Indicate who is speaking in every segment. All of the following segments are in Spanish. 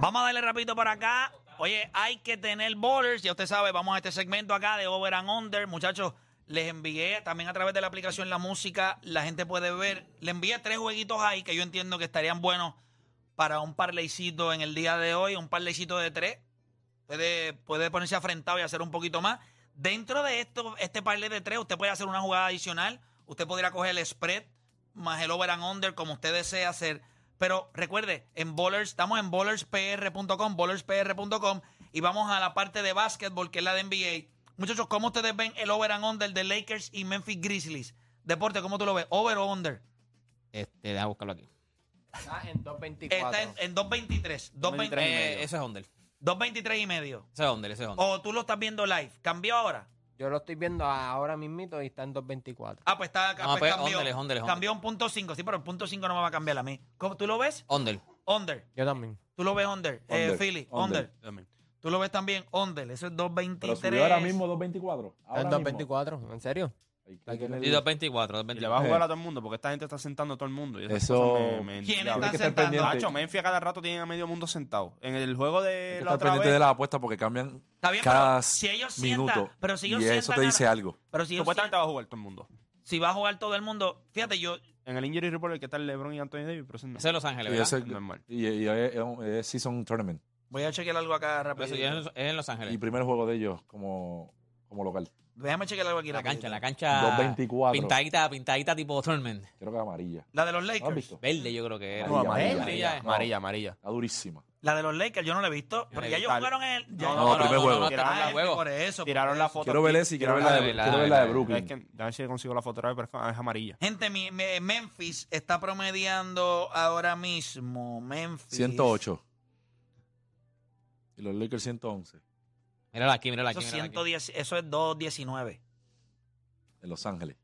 Speaker 1: Vamos a darle rapidito para acá. Oye, hay que tener bowlers. Ya usted sabe, vamos a este segmento acá de Over and Under. Muchachos, les envié también a través de la aplicación La Música. La gente puede ver. Le envié tres jueguitos ahí que yo entiendo que estarían buenos para un parleycito en el día de hoy. Un parleycito de tres. Puede, puede ponerse afrentado y hacer un poquito más. Dentro de esto, este parlay de tres, usted puede hacer una jugada adicional. Usted podría coger el spread más el over and under, como usted desea hacer. Pero recuerde, en Bowlers, estamos en bowlerspr.com, bowlerspr.com, y vamos a la parte de básquetbol, que es la de NBA. Muchachos, ¿cómo ustedes ven el over and under de Lakers y Memphis Grizzlies? Deporte, ¿cómo tú lo ves? ¿Over o under?
Speaker 2: Este, deja buscarlo aquí.
Speaker 3: Está en 2.24.
Speaker 1: Está en, eh, en 2.23.
Speaker 2: 23 y
Speaker 1: 2.23
Speaker 2: medio. eh, ese es Ondel.
Speaker 1: eh, y medio.
Speaker 2: Ese es Ondel, ese es Ondel.
Speaker 1: O tú lo estás viendo live. ¿Cambió ahora?
Speaker 3: Yo lo estoy viendo ahora mismito y está en 2.24.
Speaker 1: Ah, pues está
Speaker 2: No,
Speaker 1: pues
Speaker 2: pues,
Speaker 1: cambió.
Speaker 2: under es under, es under.
Speaker 1: Cambió un punto 5. Sí, pero el punto 5 no me va a cambiar a mí. ¿Cómo, ¿Tú lo ves?
Speaker 2: Ondel.
Speaker 1: Under.
Speaker 3: Yo también.
Speaker 1: ¿Tú lo ves under? Eh,
Speaker 4: Under,
Speaker 1: Philly,
Speaker 4: under.
Speaker 1: under. Tú lo ves también under. Eso es 2.23.
Speaker 4: Pero subió ahora mismo 2.24.
Speaker 3: Está en
Speaker 4: Ahora mismo.
Speaker 3: 2.24, ¿en serio?
Speaker 4: Ay,
Speaker 3: Aquí
Speaker 4: ¿qué le
Speaker 3: le
Speaker 2: Y
Speaker 4: digo?
Speaker 2: 224,
Speaker 5: Y
Speaker 6: Eh,
Speaker 5: le va
Speaker 2: 224.
Speaker 5: a jugar a todo el mundo porque esta gente está sentando a todo el mundo. y esas
Speaker 4: Eso-
Speaker 5: cosas me- me
Speaker 1: ¿Quién
Speaker 5: intrigan.
Speaker 1: está
Speaker 4: que estar
Speaker 1: sentando?
Speaker 4: pendiente.
Speaker 5: Nacho, Memphis a cada rato tienen a medio mundo sentado. En el juego
Speaker 6: Hay
Speaker 5: de
Speaker 6: que
Speaker 5: la
Speaker 6: estar
Speaker 5: otra
Speaker 6: pendiente
Speaker 5: vez,
Speaker 6: de las apuestas porque cambian
Speaker 1: Está bien,
Speaker 6: cada
Speaker 1: pero si ellos
Speaker 6: minuto.
Speaker 1: sientan, pero si ellos
Speaker 6: y eso
Speaker 1: sientan
Speaker 6: te
Speaker 1: a-
Speaker 6: dice algo.
Speaker 1: pero si, ellos
Speaker 5: supuestamente
Speaker 1: sientan-
Speaker 5: va a jugar todo el mundo.
Speaker 1: si va a jugar todo el mundo, fíjate, yo
Speaker 5: En el Injury Report el que está LeBron y Anthony Davis, pero ese no.
Speaker 2: Ese es Los Ángeles,
Speaker 6: Y
Speaker 2: ¿verdad?
Speaker 6: eso es,
Speaker 5: Normal.
Speaker 6: y, y es- es un- es season tournament.
Speaker 1: voy a chequear algo acá
Speaker 2: Pero
Speaker 1: rápido.
Speaker 2: eso ya es es en Los Ángeles.
Speaker 6: Y primer juego de ellos como, como local.
Speaker 1: Déjame chequear algo aquí
Speaker 2: La
Speaker 1: rapidito.
Speaker 2: cancha, la cancha.
Speaker 6: 2.24.
Speaker 2: Pintadita, pintadita tipo tournament.
Speaker 6: Creo que amarilla.
Speaker 1: La de los
Speaker 6: ¿No ¿Lo has
Speaker 1: Lakers.
Speaker 6: visto?
Speaker 2: Verde, yo creo que era.
Speaker 6: No, amarilla,
Speaker 2: Verde,
Speaker 6: amarilla.
Speaker 2: es.
Speaker 3: Amarilla, amarilla.
Speaker 6: Está durísima.
Speaker 1: La de los Lakers yo no la he visto, pero ya ellos
Speaker 5: Tal.
Speaker 1: jugaron el ya-
Speaker 5: No,
Speaker 6: no, primer juego.
Speaker 2: está
Speaker 5: Tiraron
Speaker 2: en el
Speaker 1: Ah,
Speaker 5: la-
Speaker 2: juego.
Speaker 1: Por eso. por
Speaker 5: Tiraron
Speaker 1: eso.
Speaker 5: la foto.
Speaker 6: Quiero ver esa y quiero ver la de,
Speaker 2: la-
Speaker 6: quiero ver la de
Speaker 2: la-
Speaker 6: Brooklyn.
Speaker 5: Es que, a ver si consigo la foto otra vez, pero es que es amarilla.
Speaker 1: Gente, mi- me- Memphis está promediando ahora mismo. Memphis.
Speaker 6: 108. Y los Lakers 111.
Speaker 2: Mírala aquí, mírala aquí.
Speaker 1: Eso,
Speaker 2: mírala aquí.
Speaker 1: 110, eso es 219.
Speaker 6: En Los Ángeles.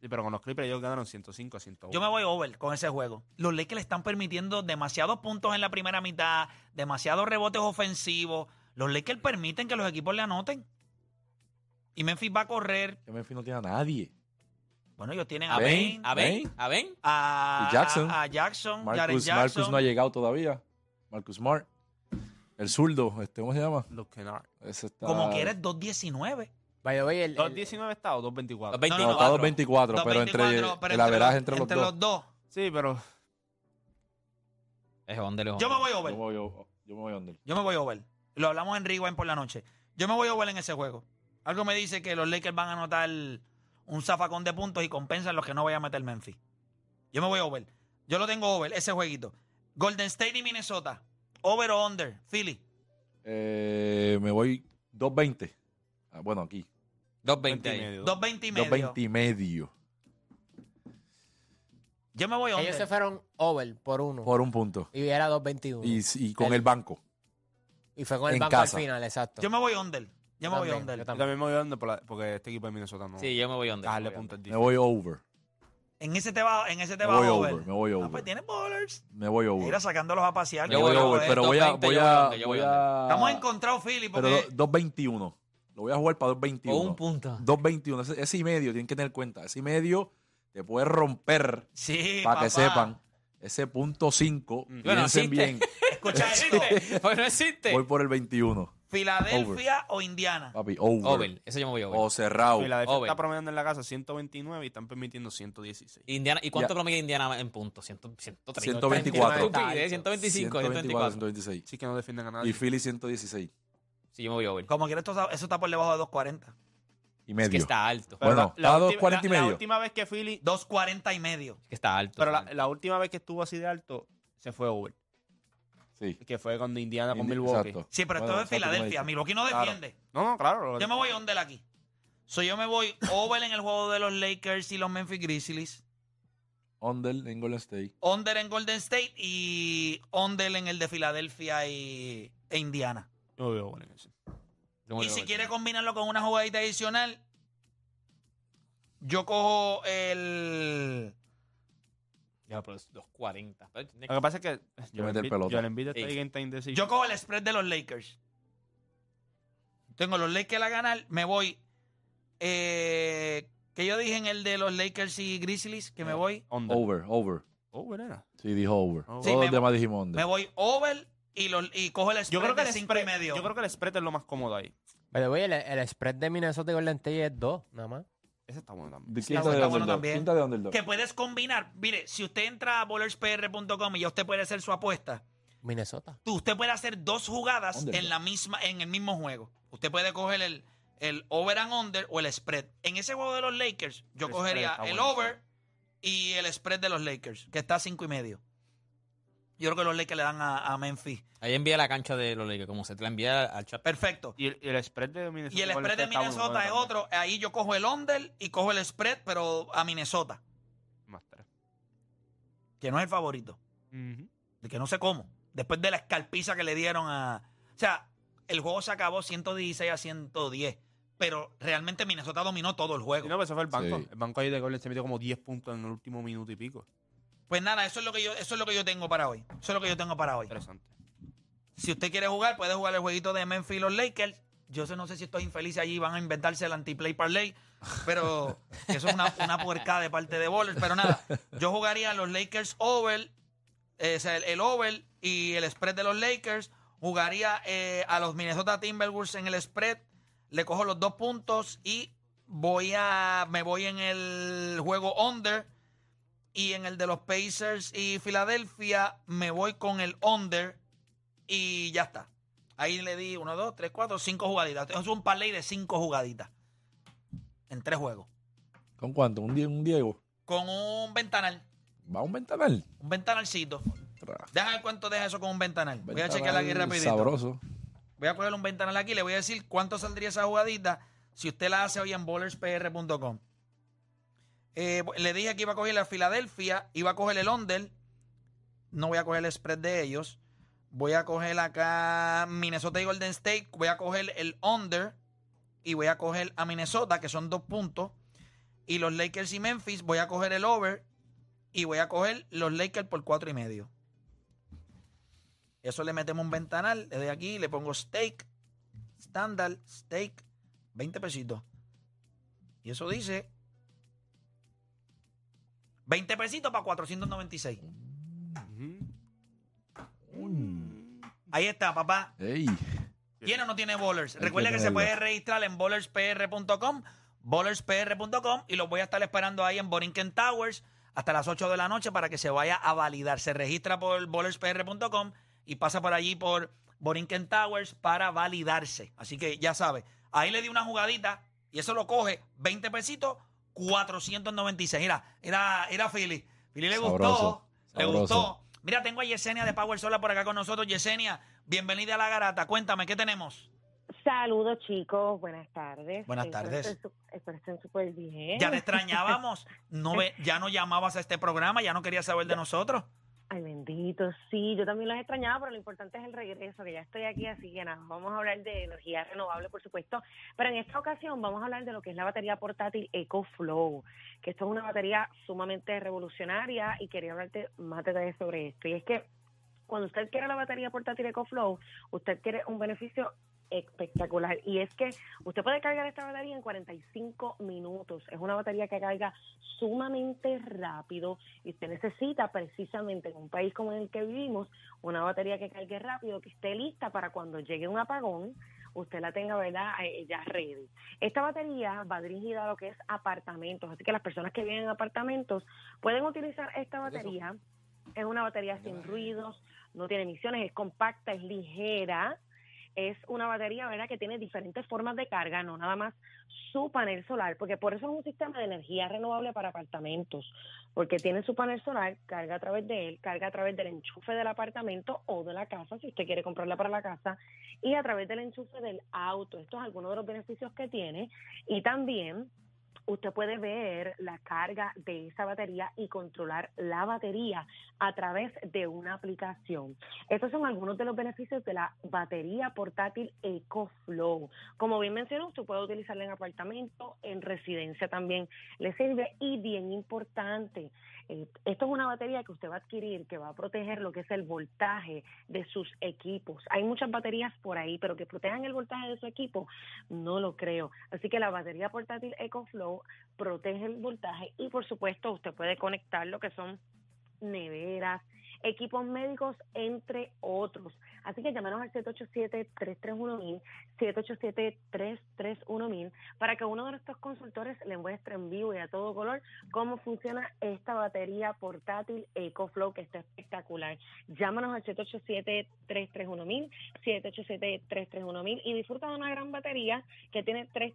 Speaker 5: Sí, pero con los Clippers ellos ganaron 105 a 101.
Speaker 1: Yo me voy over con ese juego. Los Lakers le están permitiendo demasiados puntos en la primera mitad, demasiados rebotes ofensivos. Los Lakers permiten que los equipos le anoten. Y Memphis va a correr.
Speaker 6: Que Memphis no tiene a nadie.
Speaker 1: Bueno, ellos tienen a
Speaker 2: A
Speaker 1: Bane,
Speaker 2: Ben, a Ben, a Ben.
Speaker 1: a,
Speaker 6: Y Jackson.
Speaker 1: a, a Jackson, Jared
Speaker 6: Marcus,
Speaker 1: Jackson.
Speaker 6: Marcus no ha llegado todavía. Marcus Smart. El zurdo, este, ¿cómo se llama?
Speaker 5: Los Kennard.
Speaker 6: Ese está...
Speaker 1: Como que eres 219.
Speaker 3: By the way, el, el-
Speaker 5: 2.19 está o 2.24.
Speaker 2: Los 20.
Speaker 6: No, está 224,
Speaker 1: 224,
Speaker 6: pero entre
Speaker 1: pero
Speaker 6: el averaje
Speaker 1: los-
Speaker 6: entre los
Speaker 1: entre
Speaker 6: dos.
Speaker 1: los dos.
Speaker 5: Sí, pero
Speaker 2: Es Ondel, es
Speaker 1: Yo me
Speaker 2: Ondel.
Speaker 1: voy
Speaker 6: Yo me
Speaker 1: over.
Speaker 6: voy, yo, yo me voy under.
Speaker 1: Yo me voy over. Lo hablamos en Rewind por la noche. Yo me voy over en ese juego. Algo me dice que los Lakers van a anotar un zafacón de puntos y compensan los que no vaya a meter Memphis. Yo me voy over. Yo lo tengo over, ese jueguito. Golden State y Minnesota. Over o under. Philly.
Speaker 6: Eh, me voy 220. Ah, bueno, aquí.
Speaker 2: 2.20
Speaker 5: 20 y
Speaker 2: ahí.
Speaker 5: medio.
Speaker 1: 2.20 y medio.
Speaker 6: 220 y medio.
Speaker 1: Yo me voy
Speaker 3: ellos se
Speaker 1: over.
Speaker 3: fueron over por uno.
Speaker 6: Por un punto.
Speaker 3: Y era 2.21.
Speaker 6: Y,
Speaker 3: Y,
Speaker 6: s- y con
Speaker 3: El-
Speaker 6: el, banco.
Speaker 3: fue con el
Speaker 6: en
Speaker 3: banco
Speaker 6: casa.
Speaker 3: al final, exacto.
Speaker 1: Yo me voy under. Yo me voy
Speaker 3: también, yo
Speaker 1: under.
Speaker 5: yo
Speaker 3: también.
Speaker 5: también me voy dando por la- porque este equipo de Minnesota no.
Speaker 2: Sí, yo me voy Ondel.
Speaker 5: Dale
Speaker 2: me voy
Speaker 5: puntos
Speaker 6: Me voy over.
Speaker 1: En ese te va, en ese te
Speaker 6: Me
Speaker 1: va
Speaker 6: voy
Speaker 1: over.
Speaker 6: over. Me voy
Speaker 1: Ah, pues
Speaker 6: over.
Speaker 1: tienes bowlers.
Speaker 6: Me voy
Speaker 1: Mira
Speaker 6: over.
Speaker 1: sacándolos a pasear.
Speaker 2: Yo
Speaker 6: Me
Speaker 1: Qué
Speaker 6: voy
Speaker 1: bueno
Speaker 6: over.
Speaker 1: es.
Speaker 6: Pero voy a.
Speaker 2: 220,
Speaker 6: Voy
Speaker 2: yo voy
Speaker 6: a,
Speaker 2: under, yo voy
Speaker 6: voy a
Speaker 1: Estamos encontrados, Philly,
Speaker 6: Pero
Speaker 1: porque
Speaker 6: do- 221. Lo voy a jugar para
Speaker 2: Ondel. O un
Speaker 6: 221.
Speaker 2: punto.
Speaker 6: 221. Ese, ese y medio, tienen que tener cuenta. Ese y medio te puede romper
Speaker 1: Sí,
Speaker 6: para
Speaker 1: papá.
Speaker 6: que sepan. Ese punto 5.
Speaker 2: Bueno,
Speaker 6: Piensen
Speaker 2: existe.
Speaker 6: bien.
Speaker 1: Escucha esto.
Speaker 2: Pues no existe.
Speaker 6: Voy por el 21.
Speaker 1: Filadelfia o Indiana.
Speaker 6: Papi, over.
Speaker 2: Over. Ese yo me voy over.
Speaker 6: O cerrado.
Speaker 5: Filadelfia
Speaker 2: Over.
Speaker 5: está promediando en la casa 129 y están permitiendo 116.
Speaker 2: Indiana, ¿Y cuánto
Speaker 6: Ya.
Speaker 2: promedia Indiana en puntos? 130.
Speaker 6: 124.
Speaker 2: Estupidez, 125, 124.
Speaker 6: 126.
Speaker 5: Sí que no defienden a nadie.
Speaker 6: Y Philly 116.
Speaker 2: Sí, yo me voy over.
Speaker 1: Como quiera, esto, está- eso está por debajo de 2.40.
Speaker 6: Y
Speaker 2: Es que
Speaker 6: medio.
Speaker 2: está alto.
Speaker 6: Pero- bueno, está a
Speaker 5: ulti-
Speaker 6: 2.40 y
Speaker 5: la- la
Speaker 6: medio.
Speaker 5: última vez que Philly
Speaker 1: 2.40 y medio.
Speaker 2: Es que está alto.
Speaker 5: Pero la, la última vez que estuvo así de alto, se fue over.
Speaker 6: Sí.
Speaker 5: Que fue cuando Indiana con
Speaker 6: Indi-
Speaker 5: Milwaukee.
Speaker 6: exacto.
Speaker 1: Sí, pero
Speaker 6: Bueno,
Speaker 1: esto es de
Speaker 6: exacto, como
Speaker 1: Filadelfia.
Speaker 6: dice.
Speaker 1: Milwaukee no
Speaker 5: Claro.
Speaker 1: defiende.
Speaker 5: No, no, claro.
Speaker 1: Yo me voy under aquí. So, yo me voy over en el juego de los Lakers y los Memphis Grizzlies.
Speaker 6: Under en Golden State.
Speaker 1: Under en Golden State y under en el de Filadelfia y, e Indiana.
Speaker 5: Yo me voy over en ese.
Speaker 2: Yo me voy
Speaker 1: y si
Speaker 2: over.
Speaker 1: quiere combinarlo con una jugadita adicional, yo cojo el...
Speaker 2: Ya, pues, pero es 240. Pero tiene
Speaker 5: Lo que pasa es que
Speaker 6: que meter pelota.
Speaker 5: Joel Embiid está
Speaker 2: Sí.
Speaker 5: ahí en time decision.
Speaker 1: Yo cojo el spread de los Lakers. Tengo los Lakers a ganar. Me voy. Eh, que yo dije en el de los Lakers y Grizzlies,
Speaker 5: Eh.
Speaker 1: que me voy.
Speaker 5: Under.
Speaker 6: Over, over.
Speaker 5: Over era.
Speaker 6: Sí, dijo over.
Speaker 5: Over.
Speaker 6: Todos
Speaker 1: me-
Speaker 6: los demás dijimos
Speaker 1: Me
Speaker 6: under.
Speaker 1: voy over y y, los- y cojo el
Speaker 5: Yo
Speaker 1: spread
Speaker 5: creo, que
Speaker 1: de
Speaker 5: el
Speaker 1: 5 y
Speaker 5: spread,
Speaker 1: medio.
Speaker 5: yo creo que el spread es lo más cómodo ahí.
Speaker 3: Pero oye, el, el spread de Minnesota con Lentilla es 2, nada más.
Speaker 5: Ese está bueno también.
Speaker 6: De
Speaker 1: está
Speaker 6: quinta de
Speaker 1: bueno
Speaker 6: underdog.
Speaker 1: también.
Speaker 6: Quinta de underdog.
Speaker 1: que puedes combinar. Mire, si usted entra a bowlerspr.com y ya usted puede hacer su apuesta,
Speaker 3: Minnesota.
Speaker 1: tú- usted puede hacer dos jugadas
Speaker 6: Underdog.
Speaker 1: en la misma, en el mismo juego. Usted puede coger el, el over and under o el spread. En ese juego de los Lakers, yo
Speaker 5: El
Speaker 1: cogería
Speaker 5: spread está
Speaker 1: el
Speaker 5: bueno,
Speaker 1: over y el spread de los Lakers, que está a cinco y medio. Yo creo que los Lakers le dan a, a Memphis.
Speaker 2: Ahí envía la cancha de los Lakers, como se te la envía al chat.
Speaker 1: Perfecto.
Speaker 5: Y el, y el spread de Minnesota.
Speaker 1: Y el
Speaker 5: igual
Speaker 1: spread de
Speaker 5: está bueno,
Speaker 1: Minnesota es
Speaker 5: bueno,
Speaker 1: otro. Ahí yo cojo el under y cojo el spread, pero a Minnesota,
Speaker 5: Más tres.
Speaker 1: que no es el favorito. de que no sé cómo, después de la escalpiza que le dieron a... O sea, el juego se acabó 116 a 110, pero realmente Minnesota dominó todo el
Speaker 5: Sí,
Speaker 1: juego.
Speaker 5: no, pero eso fue el banco.
Speaker 6: Sí.
Speaker 5: El banco ahí de Golden se metió como 10 puntos en el último minuto y pico.
Speaker 1: Pues nada, eso es lo que yo eso es lo que yo tengo para hoy. Eso es lo que yo tengo para hoy.
Speaker 5: Interesante.
Speaker 1: Si usted quiere jugar, puede jugar el jueguito de Memphis y los Lakers. Yo sé, no sé si estos infelices allí van a inventarse el anti-play parlay, pero eso es una, una puercada de parte de Bowler. Pero nada, yo jugaría los Lakers over, eh, o sea, el, el over y el spread de los Lakers. Jugaría eh, a los Minnesota Timberwolves en el spread. Le cojo los dos puntos y voy a me voy en el juego under. Y en el de los Pacers y Filadelfia me voy con el under y ya está. Ahí le di 1, 2, 3, 4, 5 jugaditas. Esto Es un parlay de 5 jugaditas en tres juegos.
Speaker 6: ¿Con cuánto? ¿Un, die- un Diego?
Speaker 1: Con un ventanal,
Speaker 6: ¿Va a un ventanal?
Speaker 1: un ventanalcito.
Speaker 6: Tra-
Speaker 1: Deja ver cuánto deja eso con un ventanal. Voy a
Speaker 6: ventanal
Speaker 1: chequear aquí rapidito.
Speaker 6: Sabroso.
Speaker 1: Voy a coger un ventanal aquí y le voy a decir cuánto saldría esa jugadita si usted la hace hoy en bowlerspr.com. Eh, le dije que iba a coger la Filadelfia, iba a coger el under. No voy a coger el spread de ellos. Voy a coger acá Minnesota y Golden State. Voy a coger el under. Y voy a coger a Minnesota, que son dos puntos. Y los Lakers y Memphis, voy a coger el over. Y voy a coger los Lakers por cuatro y medio. Eso le metemos un ventanal, le doy aquí, le pongo steak, standard, steak, 20 pesitos. Y eso dice 20 pesitos para 496. Ahí está, papá.
Speaker 6: Ey.
Speaker 1: ¿Tiene o no tiene bowlers?
Speaker 6: que
Speaker 1: Recuerda que se
Speaker 6: tenerlo.
Speaker 1: puede registrar en bowlerspr.com, bowlerspr.com y los voy a estar esperando ahí en Borinquen Towers hasta las 8 de la noche para que se vaya a validar. Se registra por bowlerspr.com y pasa por allí por Borinquen Towers para validarse. Así que ya sabe, ahí le di una jugadita y eso lo coge 20 pesitos, 496. Mira, era, era Philly. Philly le gustó,
Speaker 6: Sabroso,
Speaker 1: le
Speaker 6: sabroso.
Speaker 1: gustó. Mira, tengo a Yesenia de Power Solar por acá con nosotros. Yesenia, bienvenida a la garata. Cuéntame, ¿qué tenemos?
Speaker 7: Saludos chicos, buenas tardes.
Speaker 1: Buenas
Speaker 7: Espero
Speaker 1: tardes.
Speaker 7: estén su- Espero estén súper bien.
Speaker 1: Ya te extrañábamos. No ve- ya no llamabas a este programa, ya no querías saber de nosotros.
Speaker 7: Ay, bendito, sí, yo también los extrañaba, pero lo importante es el regreso, que ya estoy aquí, así que nada, vamos a hablar de energía renovable, por supuesto, pero en esta ocasión vamos a hablar de lo que es la batería portátil EcoFlow, que esto es una batería sumamente revolucionaria y quería hablarte más detalles sobre esto. Y es que cuando usted quiere la batería portátil EcoFlow, usted quiere un beneficio espectacular y es que usted puede cargar esta batería en 45 minutos. Es una batería que carga sumamente rápido y usted necesita precisamente en un país como el que vivimos una batería que cargue rápido, que esté lista para cuando llegue un apagón, usted la tenga, ¿verdad?, Eh, ya ready. Esta batería va dirigida a lo que es apartamentos, así que las personas que viven en apartamentos pueden utilizar esta batería. Es una batería sin ruidos, no tiene emisiones, es compacta, es ligera. Es una batería, ¿verdad?, que tiene diferentes formas de carga, no nada más su panel solar, porque por eso es un sistema de energía renovable para apartamentos porque tiene su panel solar, carga a través de él, carga a través del enchufe del apartamento o de la casa, si usted quiere comprarla para la casa, y a través del enchufe del auto. Esto es alguno de los beneficios que tiene. Y también usted puede ver la carga de esa batería y controlar la batería a través de una aplicación. Estos son algunos de los beneficios de la batería portátil EcoFlow. Como bien mencionó, usted puede utilizarla en apartamento, en residencia también le sirve y bien importante, eh, esto es una batería que usted va a adquirir que va a proteger lo que es el voltaje de sus equipos. Hay muchas baterías por ahí, pero que protejan el voltaje de su equipo, no lo creo. Así que la batería portátil EcoFlow protege el voltaje y por supuesto usted puede conectar lo que son neveras, equipos médicos, entre otros. Así que llámanos al 787-331-1000, 787-331-1000, para que uno de nuestros consultores le muestre en vivo y a todo color cómo funciona esta batería portátil EcoFlow, que está espectacular. Llámanos al 787-331-1000, 787-331-1000 y disfruta de una gran batería que tiene tres